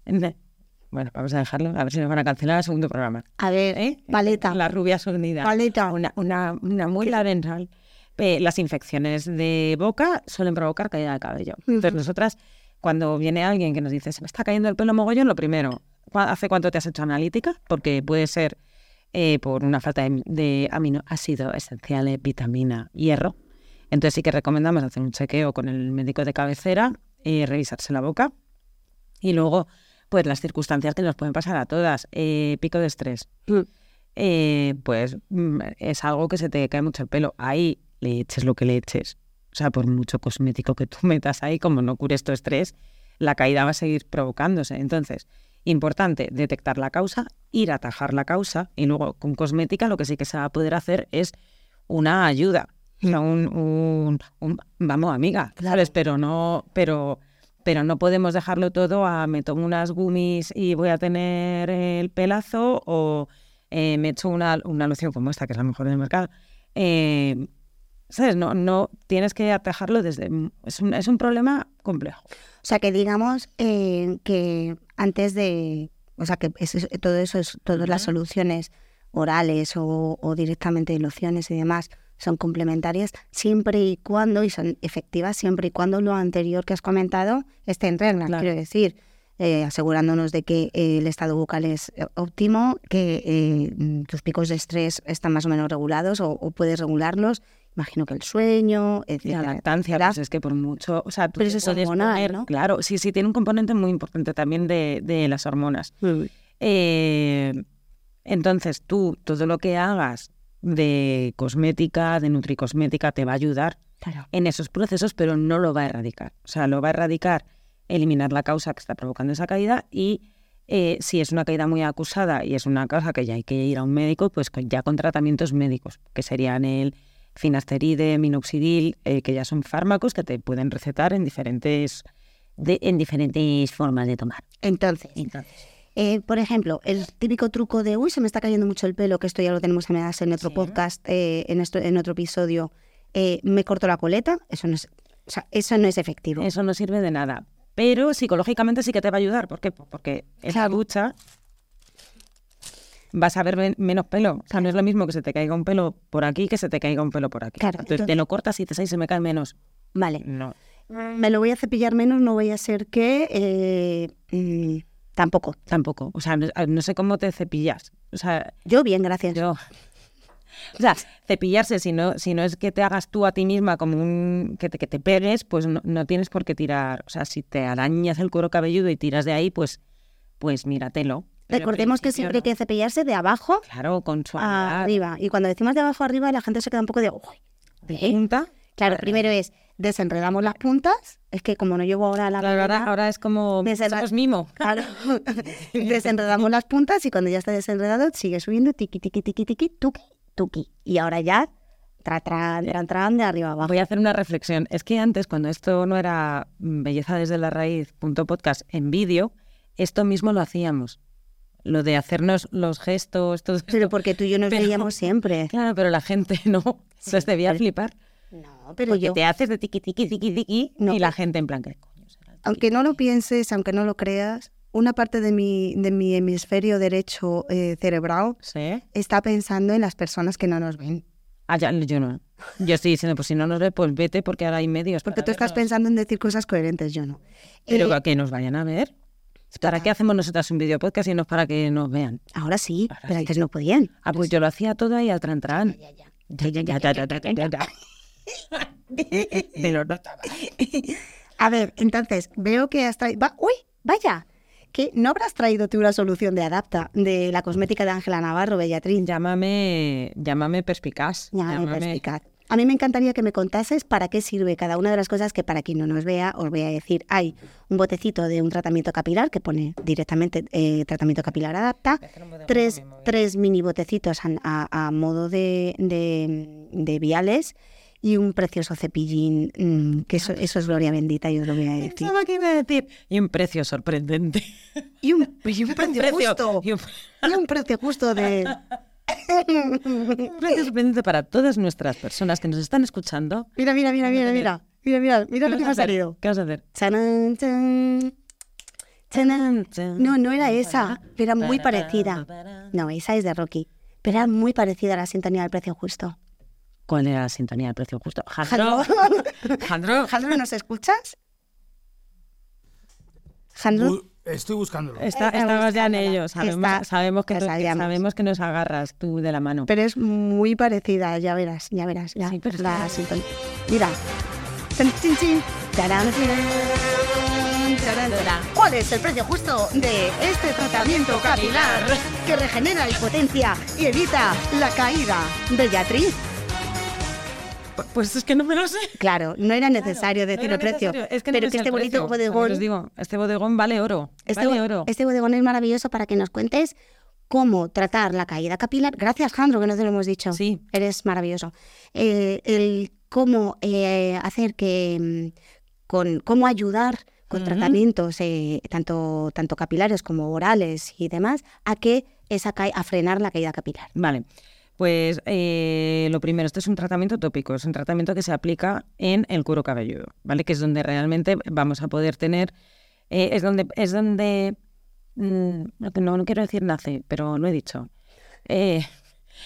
Speaker 2: Bueno, vamos a dejarlo, a ver si nos van a cancelar el segundo programa.
Speaker 1: A ver,
Speaker 2: ¿Eh?
Speaker 1: paleta.
Speaker 2: Las rubias unidas.
Speaker 1: Paleta.
Speaker 2: Una, una, una muela dental. Eh, las infecciones de boca suelen provocar caída de cabello. Entonces, nosotras, cuando viene alguien que nos dice, se me está cayendo el pelo mogollón, lo primero, "¿Cu- ¿hace cuánto te has hecho analítica? Porque puede ser eh, por una falta de, de aminoácidos esenciales, vitamina, hierro. Entonces, sí que recomendamos hacer un chequeo con el médico de cabecera, eh, revisarse la boca. Y luego, pues las circunstancias que nos pueden pasar a todas. Eh, pico de estrés eh, pues mm, es algo que se te cae mucho el pelo. Ahí le eches lo que le eches. O sea, por mucho cosmético que tú metas ahí, como no cures tu estrés, la caída va a seguir provocándose. Entonces, importante detectar la causa, ir a atajar la causa y luego con cosmética lo que sí que se va a poder hacer es una ayuda. O sea, un, un- un- vamos, amiga, ¿sabes? Pero no, pero, pero no podemos dejarlo todo a me tomo unas gummies y voy a tener el pelazo o eh, me echo una, una loción como esta, que es la mejor del mercado. Eh, ¿Sabes? No, no tienes que atajarlo desde. Es un, es un problema complejo.
Speaker 1: O sea, que digamos eh, que antes de. O sea, que eso es- todo eso es. Todas las soluciones orales o, o directamente lociones y demás son complementarias siempre y cuando, y son efectivas siempre y cuando lo anterior que has comentado esté en regla.
Speaker 2: Claro.
Speaker 1: Quiero decir, eh, asegurándonos de que eh, el estado bucal es eh, óptimo, que eh, mm, tus picos de estrés están más o menos regulados o, o puedes regularlos. Imagino que el sueño,
Speaker 2: La
Speaker 1: etcétera,
Speaker 2: lactancia,
Speaker 1: etcétera.
Speaker 2: pues es que por mucho. O sea, tú
Speaker 1: Pero
Speaker 2: te
Speaker 1: eso es
Speaker 2: puedes
Speaker 1: hormonal,
Speaker 2: poner-
Speaker 1: ¿no?
Speaker 2: Claro, sí, sí, tiene un componente muy importante también de, de las hormonas. Eh, entonces, tú, todo lo que hagas de cosmética, de nutricosmética, te va a ayudar
Speaker 1: Claro.
Speaker 2: en esos procesos, pero no lo va a erradicar. O sea, lo va a erradicar eliminar la causa que está provocando esa caída y eh, si es una caída muy acusada y es una causa que ya hay que ir a un médico, pues con- ya con tratamientos médicos, que serían el finasteride, minoxidil, eh, que ya son fármacos que te pueden recetar en diferentes, de- en diferentes formas de tomar.
Speaker 1: Entonces,
Speaker 2: Entonces,
Speaker 1: Eh, por ejemplo, el típico truco de, uy, se me está cayendo mucho el pelo, que esto ya lo tenemos además en otro podcast, eh, en, esto- en otro episodio, eh, me corto la coleta, eso no es, o sea, eso no es efectivo.
Speaker 2: eso no sirve de nada. Pero psicológicamente sí que te va a ayudar. ¿Por qué? Pues Porque esa ducha vas a ver men- menos pelo. O sea, no es lo mismo que se te caiga un pelo por aquí que se te caiga un pelo por aquí.
Speaker 1: Claro,
Speaker 2: Entonces, te
Speaker 1: entonces-
Speaker 2: lo cortas y te dices, "Ay, se me cae menos.
Speaker 1: Vale.
Speaker 2: No.
Speaker 1: me lo voy a cepillar menos, no voy a ser que... eh, mm, tampoco.
Speaker 2: Tampoco. O sea, no, no sé cómo te cepillas. O sea,
Speaker 1: Yo bien, gracias.
Speaker 2: yo. O sea, cepillarse, si no, si no es que te hagas tú a ti misma como un. que te, que te pegues, pues no, no tienes por qué tirar. O sea, si te arañas el cuero cabelludo y tiras de ahí, pues, pues míratelo. Pero
Speaker 1: Recordemos
Speaker 2: en
Speaker 1: que
Speaker 2: principio
Speaker 1: siempre Ah, hay
Speaker 2: no.
Speaker 1: que cepillarse de abajo
Speaker 2: Claro, con suavidad.
Speaker 1: arriba. Y cuando decimos de abajo arriba, la gente se queda un poco de... "Uy, ¿eh?".
Speaker 2: Punta.
Speaker 1: Claro, primero es desenredamos las puntas. Es que como no llevo ahora la...
Speaker 2: Claro, ahora,
Speaker 1: manera-
Speaker 2: ahora es como.
Speaker 1: Desenra-
Speaker 2: somos mimo.
Speaker 1: Claro. Desenredamos las puntas y cuando ya está desenredado, sigue subiendo, tiqui, tiqui, tiqui, tiqui, tuqui, tuqui. Y ahora ya, tra, tra, tra, tra, de arriba abajo.
Speaker 2: Voy a hacer una reflexión. Es que antes, cuando esto no era mm, belleza desde la raíz punto podcast en vídeo, esto mismo lo hacíamos. Lo de hacernos los gestos, todo
Speaker 1: Pero porque tú y yo nos
Speaker 2: Pero-
Speaker 1: veíamos siempre.
Speaker 2: Claro, pero la gente no. Se debía flipar.
Speaker 1: No, pero
Speaker 2: Porque
Speaker 1: yo,
Speaker 2: te haces de tiqui, tiqui, tiqui, tiqui.
Speaker 1: No,
Speaker 2: y la
Speaker 1: pero-
Speaker 2: gente en plan, ¿qué coño será?
Speaker 1: aunque no lo pienses, aunque no lo creas, una parte de mi, de mi hemisferio derecho eh, cerebral
Speaker 2: ¿Sí?
Speaker 1: está pensando en las personas que no nos ven.
Speaker 2: Ah, ya, yo no. Yo estoy diciendo, pues si no nos ve, pues vete porque ahora hay medios.
Speaker 1: Porque
Speaker 2: para
Speaker 1: tú estás
Speaker 2: vernos.
Speaker 1: pensando en decir cosas coherentes, yo no. Eh,
Speaker 2: Pero que nos vayan a ver. ¿Para qué hacemos nosotras un video podcast y no es para que nos vean?
Speaker 1: ahora sí,
Speaker 2: Ahora
Speaker 1: pero
Speaker 2: sí.
Speaker 1: antes no podían.
Speaker 2: Ah, pues yo lo hacía todo ahí al tran tran. Ya, ya, ya, ya, ya, ya, ya, ya. Pero no estaba.
Speaker 1: A ver, entonces, veo que has traído... ¡Uy! ¡Vaya! Que no habrás traído tú una solución de adapta de la cosmética de Ángela Navarro, Bellatriz.
Speaker 2: Llámame, llámame perspicaz.
Speaker 1: Ya, me perspicaz. A mí me encantaría que me contases para qué sirve cada una de las cosas que para quien no nos vea os voy a decir. Hay un botecito de un tratamiento capilar que pone directamente eh, tratamiento capilar adapta, tres, tres mini botecitos an- a, a modo de, de- de viales y un precioso cepillín, mm, que eso, eso es gloria bendita, yo os lo voy a decir.
Speaker 2: Pensaba que iba a decir. Y un precio sorprendente.
Speaker 1: Y un,
Speaker 2: Pues
Speaker 1: y un precio justo.
Speaker 2: y un
Speaker 1: Y un precio justo de...
Speaker 2: un precio sorprendente para todas nuestras personas que nos están escuchando.
Speaker 1: Mira, mira, mira, mira, mira. Mira, mira, mira lo
Speaker 2: vas
Speaker 1: que
Speaker 2: a
Speaker 1: me ha
Speaker 2: hacer?
Speaker 1: salido.
Speaker 2: ¿Qué vas a hacer?
Speaker 1: Chanán, chan. Chanán. No, no era esa, pero era muy parecida. No, esa es de Rocky. Pero era muy parecida a la sintonía del precio justo.
Speaker 2: ¿Cuál era la sintonía del precio justo? Jandro. Jandro.
Speaker 1: Jandro, ¿nos escuchas? Jandro,
Speaker 3: Bu- estoy buscándolo.
Speaker 2: Está,
Speaker 1: Estamos
Speaker 2: estamos ya en
Speaker 1: buscándola.
Speaker 2: ello. Sabemos,
Speaker 1: Está-
Speaker 2: sabemos, que
Speaker 1: la
Speaker 2: tú-
Speaker 1: sabíamos.
Speaker 2: sabemos que nos agarras tú de la mano.
Speaker 1: pero es muy parecida, ya verás, ya verás. La,
Speaker 2: Sí, pero es
Speaker 1: la
Speaker 2: que-
Speaker 1: sintonía. Mira. Chan, chin, chin. Tarán, tarán, tarán, tarán. ¿Cuál es el precio justo de este tratamiento capilar que regenera y potencia y evita la caída? Bellatriz.
Speaker 2: Pues es que no me lo sé.
Speaker 1: Claro, no era necesario
Speaker 2: No
Speaker 1: decir
Speaker 2: era
Speaker 1: el precio.
Speaker 2: necesario. Es que no
Speaker 1: pero
Speaker 2: me
Speaker 1: que
Speaker 2: sé
Speaker 1: este
Speaker 2: el
Speaker 1: bonito
Speaker 2: precio. También os
Speaker 1: bodegón,
Speaker 2: digo, este bodegón vale oro.
Speaker 1: este,
Speaker 2: vale
Speaker 1: bo-
Speaker 2: oro.
Speaker 1: este bodegón es maravilloso para que nos cuentes cómo tratar la caída capilar. Gracias, Jandro, que no te lo hemos dicho.
Speaker 2: Sí.
Speaker 1: Eres maravilloso. Eh, el cómo eh, hacer que. mm, con cómo ayudar con tratamientos, eh, tanto, tanto capilares como orales y demás, a que esa ca- a frenar la caída capilar.
Speaker 2: Vale. Pues eh, lo primero, esto es un tratamiento tópico, es un tratamiento que se aplica en el cuero cabelludo, ¿vale? Que es donde realmente vamos a poder tener, eh, es donde, es donde, mm, no, que no, no quiero decir nace, pero lo he dicho, Eh,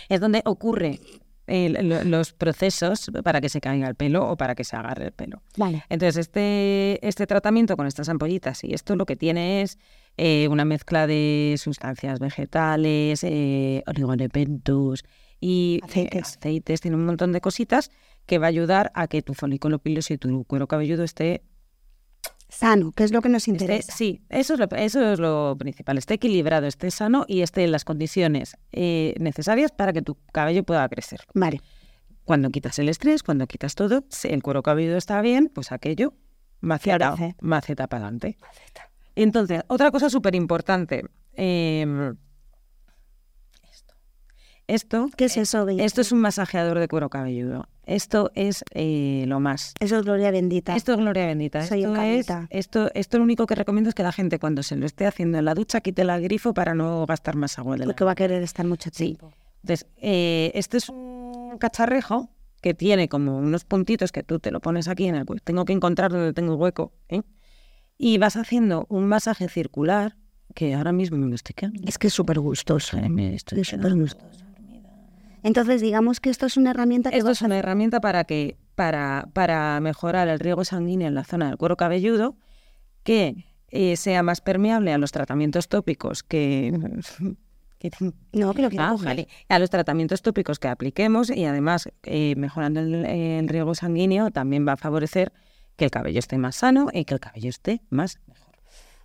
Speaker 2: es donde ocurre eh, lo- los procesos para que se caiga el pelo o para que se agarre el pelo.
Speaker 1: Vale.
Speaker 2: Entonces, este, este tratamiento con estas ampollitas y esto lo que tiene es eh, una mezcla de sustancias vegetales, eh, oligoelementos y eh,
Speaker 1: Aceites.
Speaker 2: aceites. Tiene un montón de cositas que va a ayudar a que tu folículo piloso y tu cuero cabelludo esté...
Speaker 1: Sano, que Este es lo que nos
Speaker 2: esté-
Speaker 1: interesa.
Speaker 2: sí, eso es, lo, eso es lo principal. Esté equilibrado, esté sano y esté en las condiciones eh, necesarias para que tu cabello pueda crecer.
Speaker 1: Vale.
Speaker 2: Cuando quitas el estrés, cuando quitas todo, si el cuero cabelludo está bien, pues aquello maceta,
Speaker 1: Florece.
Speaker 2: maceta para adelante. Entonces, otra cosa súper importante. esto. Esto,
Speaker 1: ¿Qué es eso, Bella?
Speaker 2: esto es un masajeador de cuero cabelludo. Esto es eh, lo más.
Speaker 1: Eso es gloria bendita.
Speaker 2: Esto es gloria bendita.
Speaker 1: Soy
Speaker 2: esto, es,
Speaker 1: eucarista.
Speaker 2: esto, esto lo único que recomiendo es que la gente cuando se lo esté haciendo en la ducha quite el grifo para no gastar más agua. de la
Speaker 1: porque va a querer estar mucho tiempo.
Speaker 2: entonces, eh, este es un cacharrejo que tiene como unos puntitos que tú te lo pones aquí en el hueco. Tengo que encontrar donde tengo el hueco. ¿eh? Y vas haciendo un masaje circular que ahora mismo me estoy quedando.
Speaker 1: Es ¿eh? que es súper gustoso.
Speaker 2: Joder, me estoy quedando.
Speaker 1: Entonces, digamos que esto es una herramienta que
Speaker 2: Esto es una herramienta para que para, para mejorar el riego sanguíneo en la zona del cuero cabelludo, que eh, sea más permeable a los tratamientos tópicos que... que-
Speaker 1: No, que lo quiero
Speaker 2: Ah,
Speaker 1: coger.
Speaker 2: vale. A los tratamientos tópicos que apliquemos y además eh, mejorando el, el riego sanguíneo también va a favorecer que el cabello esté más sano y que el cabello esté más mejor.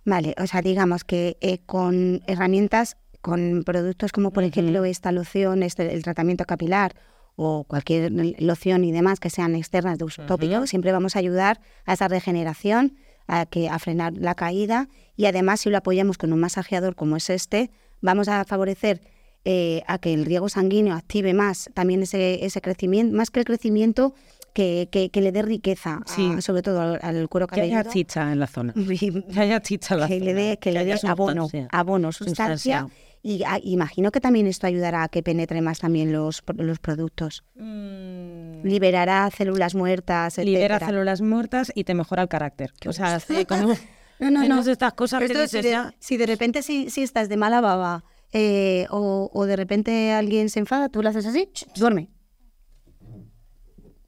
Speaker 1: Vale, o sea, digamos que eh, con herramientas, con productos como por ejemplo esta loción, este, el tratamiento capilar o cualquier loción y demás que sean externas de uso tópico, siempre vamos a ayudar a esa regeneración, a, que, a frenar la caída y además si lo apoyamos con un masajeador como es este, vamos a favorecer eh, a que el riego sanguíneo active más también ese, ese crecimiento, más que el crecimiento que, que- que le dé riqueza, a-
Speaker 2: Sí.
Speaker 1: sobre todo al, al cuero
Speaker 2: Que ah, haya
Speaker 1: cabelludo.
Speaker 2: chicha en la zona.
Speaker 1: Y-
Speaker 2: Que haya chicha en la
Speaker 1: que le
Speaker 2: zona,
Speaker 1: dé, que le
Speaker 2: haya
Speaker 1: dé abono,
Speaker 2: sustancia.
Speaker 1: abono, sustancia.
Speaker 2: Sustancia.
Speaker 1: Y a- imagino que también esto ayudará a que penetren más también los, pro- los productos. Liberará células muertas,
Speaker 2: Mm. Libera
Speaker 1: etcétera.
Speaker 2: células muertas y te mejora el carácter. O sea, hace como...
Speaker 1: No, no, no.
Speaker 2: menos estas cosas que
Speaker 1: Esto si,
Speaker 2: dices,
Speaker 1: de,
Speaker 2: ya.
Speaker 1: si de repente si, si estás de mala baba eh, o, o de repente alguien se enfada, tú lo haces así, ch, duerme.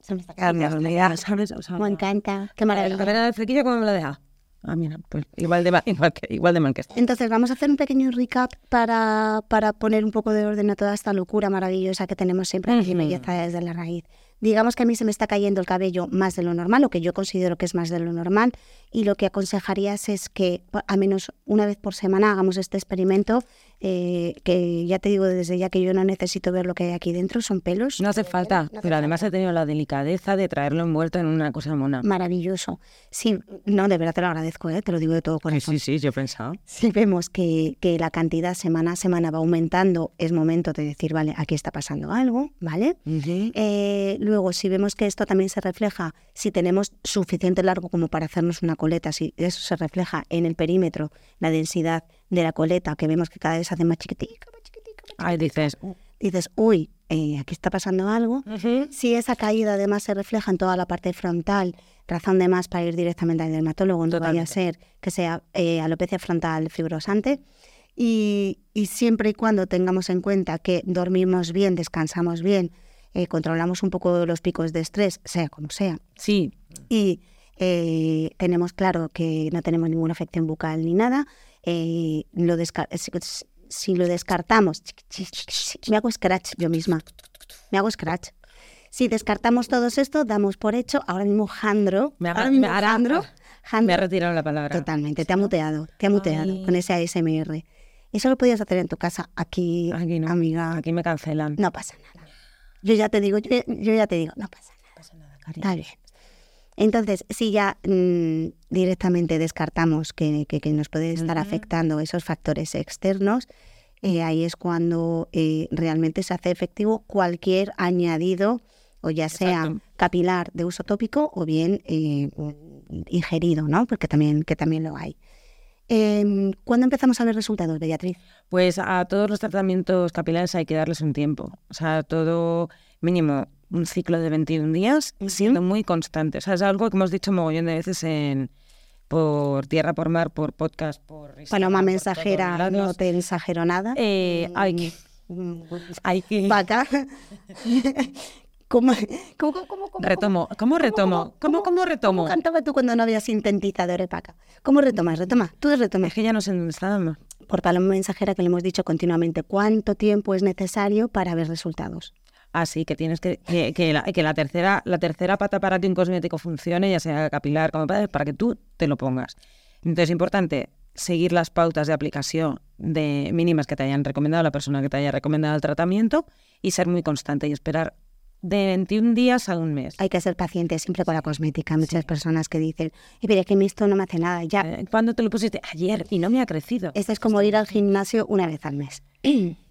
Speaker 1: Se me está
Speaker 2: Ya me
Speaker 1: quedando.
Speaker 2: olvidaba, ¿sabes? O sea, eh,
Speaker 1: Me encanta, qué
Speaker 2: la
Speaker 1: maravilla.
Speaker 2: cadena del flequillo, ¿cómo me la deja? Ah, mira, pues igual de, ma- igual que, igual de mal que este. está.
Speaker 1: Entonces, vamos a hacer un pequeño recap para, para poner un poco de orden a toda esta locura maravillosa que tenemos siempre aquí en Belleza desde la raíz. Digamos que a mí se me está cayendo el cabello más de lo normal, lo que yo considero que es más de lo normal, y lo que aconsejarías es que por- a menos una vez por semana hagamos este experimento, eh, que ya te digo desde ya que yo no necesito ver lo que hay aquí dentro, son pelos.
Speaker 2: No hace falta, pero además he tenido la delicadeza de traerlo envuelto en una cosa mona.
Speaker 1: Maravilloso. Sí, no, de verdad te lo agradezco, ¿eh? te lo digo de todo corazón.
Speaker 2: Sí, sí, yo he pensado.
Speaker 1: Si vemos que, que la cantidad semana a semana va aumentando, es momento de decir, vale, aquí está pasando algo, ¿vale? Eh, luego, si vemos que esto también se refleja, si tenemos suficiente largo como para hacernos una coleta, si eso se refleja en el perímetro, la densidad de la coleta, que vemos que cada vez se hace más chiquitica, más chiquitica, más
Speaker 2: Ahí dices, uh,
Speaker 1: dices, uy, eh, aquí está pasando algo. Si esa caída además se refleja en toda la parte frontal, razón de más para ir directamente al dermatólogo, no vaya a ser que sea eh, alopecia frontal fibrosante. Y, y siempre y cuando tengamos en cuenta que dormimos bien, descansamos bien, eh, controlamos un poco los picos de estrés, sea como sea,
Speaker 2: sí,
Speaker 1: y eh, tenemos claro que no tenemos ninguna afección bucal ni nada. eh, lo desca- si, si lo descartamos, me hago scratch yo misma. Me hago scratch. Si descartamos todo esto, damos por hecho, ahora mismo Jandro.
Speaker 2: Me ha-
Speaker 1: ahora
Speaker 2: me-
Speaker 1: mismo
Speaker 2: ahora-
Speaker 1: Jandro,
Speaker 2: me ha
Speaker 1: Jandro-
Speaker 2: retirado la palabra.
Speaker 1: Totalmente, te ha muteado, te ha muteado con ese ASMR. Eso lo podías hacer en tu casa, aquí,
Speaker 2: Aquí no,
Speaker 1: amiga.
Speaker 2: aquí me cancelan.
Speaker 1: No pasa nada. Yo ya te digo, yo, yo ya te digo, no pasa nada. Está bien. Entonces, si ya mm, directamente descartamos que, que- que nos puede estar afectando esos factores externos, eh, ahí es cuando eh, realmente se hace efectivo cualquier añadido, o ya sea capilar de uso tópico o bien eh, ingerido, ¿no? Porque también, que también lo hay. Em, ¿Cuándo empezamos a ver resultados, Beatriz?
Speaker 2: Pues a todos los tratamientos capilares hay que darles un tiempo. O sea, todo mínimo un ciclo de 21 días, siendo muy constante. O sea, es algo que hemos dicho mogollón de veces en por tierra, por mar, por podcast, por... Instagram,
Speaker 1: Paloma
Speaker 2: por
Speaker 1: mensajera,
Speaker 2: todos
Speaker 1: no
Speaker 2: lados.
Speaker 1: te exagero nada. Mm,
Speaker 2: Eh, hay que... Hay que...
Speaker 1: Vaca. ¿Cómo, cómo, cómo, cómo, cómo?
Speaker 2: Retomo. ¿Cómo retomo? ¿Cómo, cómo retomo?
Speaker 1: ¿Cómo cantabas tú cuando no había sintetizadores, Paca? ¿Cómo retomas? Retoma, tú retomas.
Speaker 2: Es que ya no sé dónde estábamos.
Speaker 1: Por paloma mensajera que le hemos dicho continuamente, ¿cuánto tiempo es necesario para ver resultados?
Speaker 2: Así que tienes que que, que la, que la tercera la tercera pata para que un cosmético funcione, ya sea capilar como para, para que tú te lo pongas. Entonces es importante seguir las pautas de aplicación de mínimas que te hayan recomendado la persona que te haya recomendado el tratamiento y ser muy constante y esperar de 21 días a un mes.
Speaker 1: Hay que ser paciente siempre con la cosmética. Muchas personas que dicen, "Eh, pero es que a mí esto no me hace nada. Ya,
Speaker 2: Eh, ¿Cuándo te lo pusiste? Ayer y no me ha crecido.
Speaker 1: esto es como ir al gimnasio una vez al mes.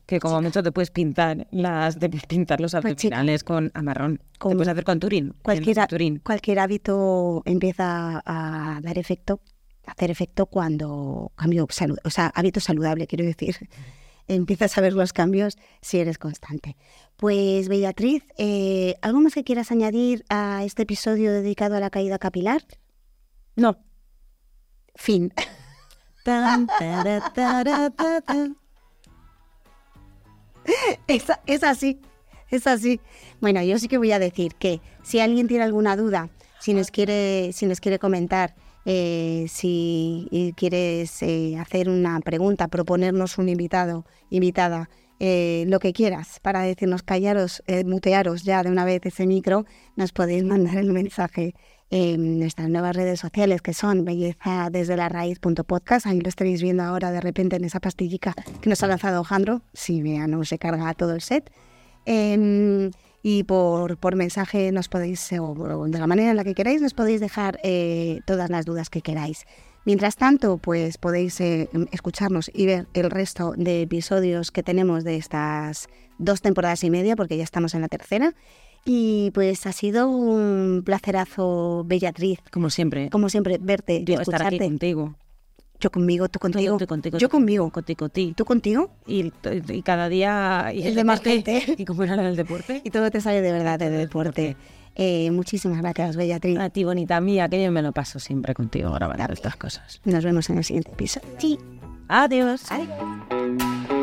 Speaker 2: Que como mucho te puedes pintar las te puedes pintar los
Speaker 1: Pues chica.
Speaker 2: abdominales con amarrón.
Speaker 1: Con-
Speaker 2: te puedes hacer con Turín. tienes
Speaker 1: cualquier, ha-
Speaker 2: Turín.
Speaker 1: cualquier hábito empieza a dar efecto, a hacer efecto cuando cambio salud, o sea, hábito saludable, quiero decir. Empiezas a ver los cambios si eres constante. Pues Beatriz, eh, ¿algo más que quieras añadir a este episodio dedicado a la caída capilar?
Speaker 2: No.
Speaker 1: Fin.
Speaker 2: Tan, tara, tara, ta, ta.
Speaker 1: Es, es así. Es así. Bueno, yo sí que voy a decir que si alguien tiene alguna duda, si nos quiere, si nos quiere comentar, eh, si eh, quieres eh, hacer una pregunta, proponernos un invitado, invitada, eh, lo que quieras para decirnos callaros, eh, mutearos ya de una vez ese micro, nos podéis mandar el mensaje en nuestras nuevas redes sociales que son belleza desde la raíz.podcast. Ahí lo estaréis viendo ahora de repente en esa pastillica que nos ha lanzado Alejandro. Si vea, no se carga todo el set. Em, y por, por mensaje nos podéis, eh, o o de la manera en la que queráis, nos podéis dejar eh, todas las dudas que queráis. Mientras tanto, pues podéis eh, em, escucharnos y ver el resto de episodios que tenemos de estas dos temporadas y media, porque ya estamos en la tercera. Y pues ha sido un placerazo, Bellatriz,
Speaker 4: Como siempre.
Speaker 1: como siempre, verte,
Speaker 4: Yo estar
Speaker 1: escucharte.
Speaker 4: aquí contigo.
Speaker 1: Yo contigo, tú
Speaker 4: Yo
Speaker 1: contigo.
Speaker 4: estoy contigo,
Speaker 1: Yo
Speaker 4: tú-
Speaker 1: conmigo.
Speaker 4: Contigo, ti.
Speaker 1: Tú contigo.
Speaker 4: Y, y cada día... Y
Speaker 1: Es de más gente.
Speaker 4: ¿Y cómo era la del deporte?
Speaker 1: Y todo te sale de verdad del deporte. Eh, muchísimas gracias, Bellatriz.
Speaker 4: A ti, bonita mía, que bien me lo paso siempre contigo grabando estas cosas.
Speaker 1: Nos vemos en el siguiente episodio. Sí.
Speaker 4: Adiós.
Speaker 1: Adiós.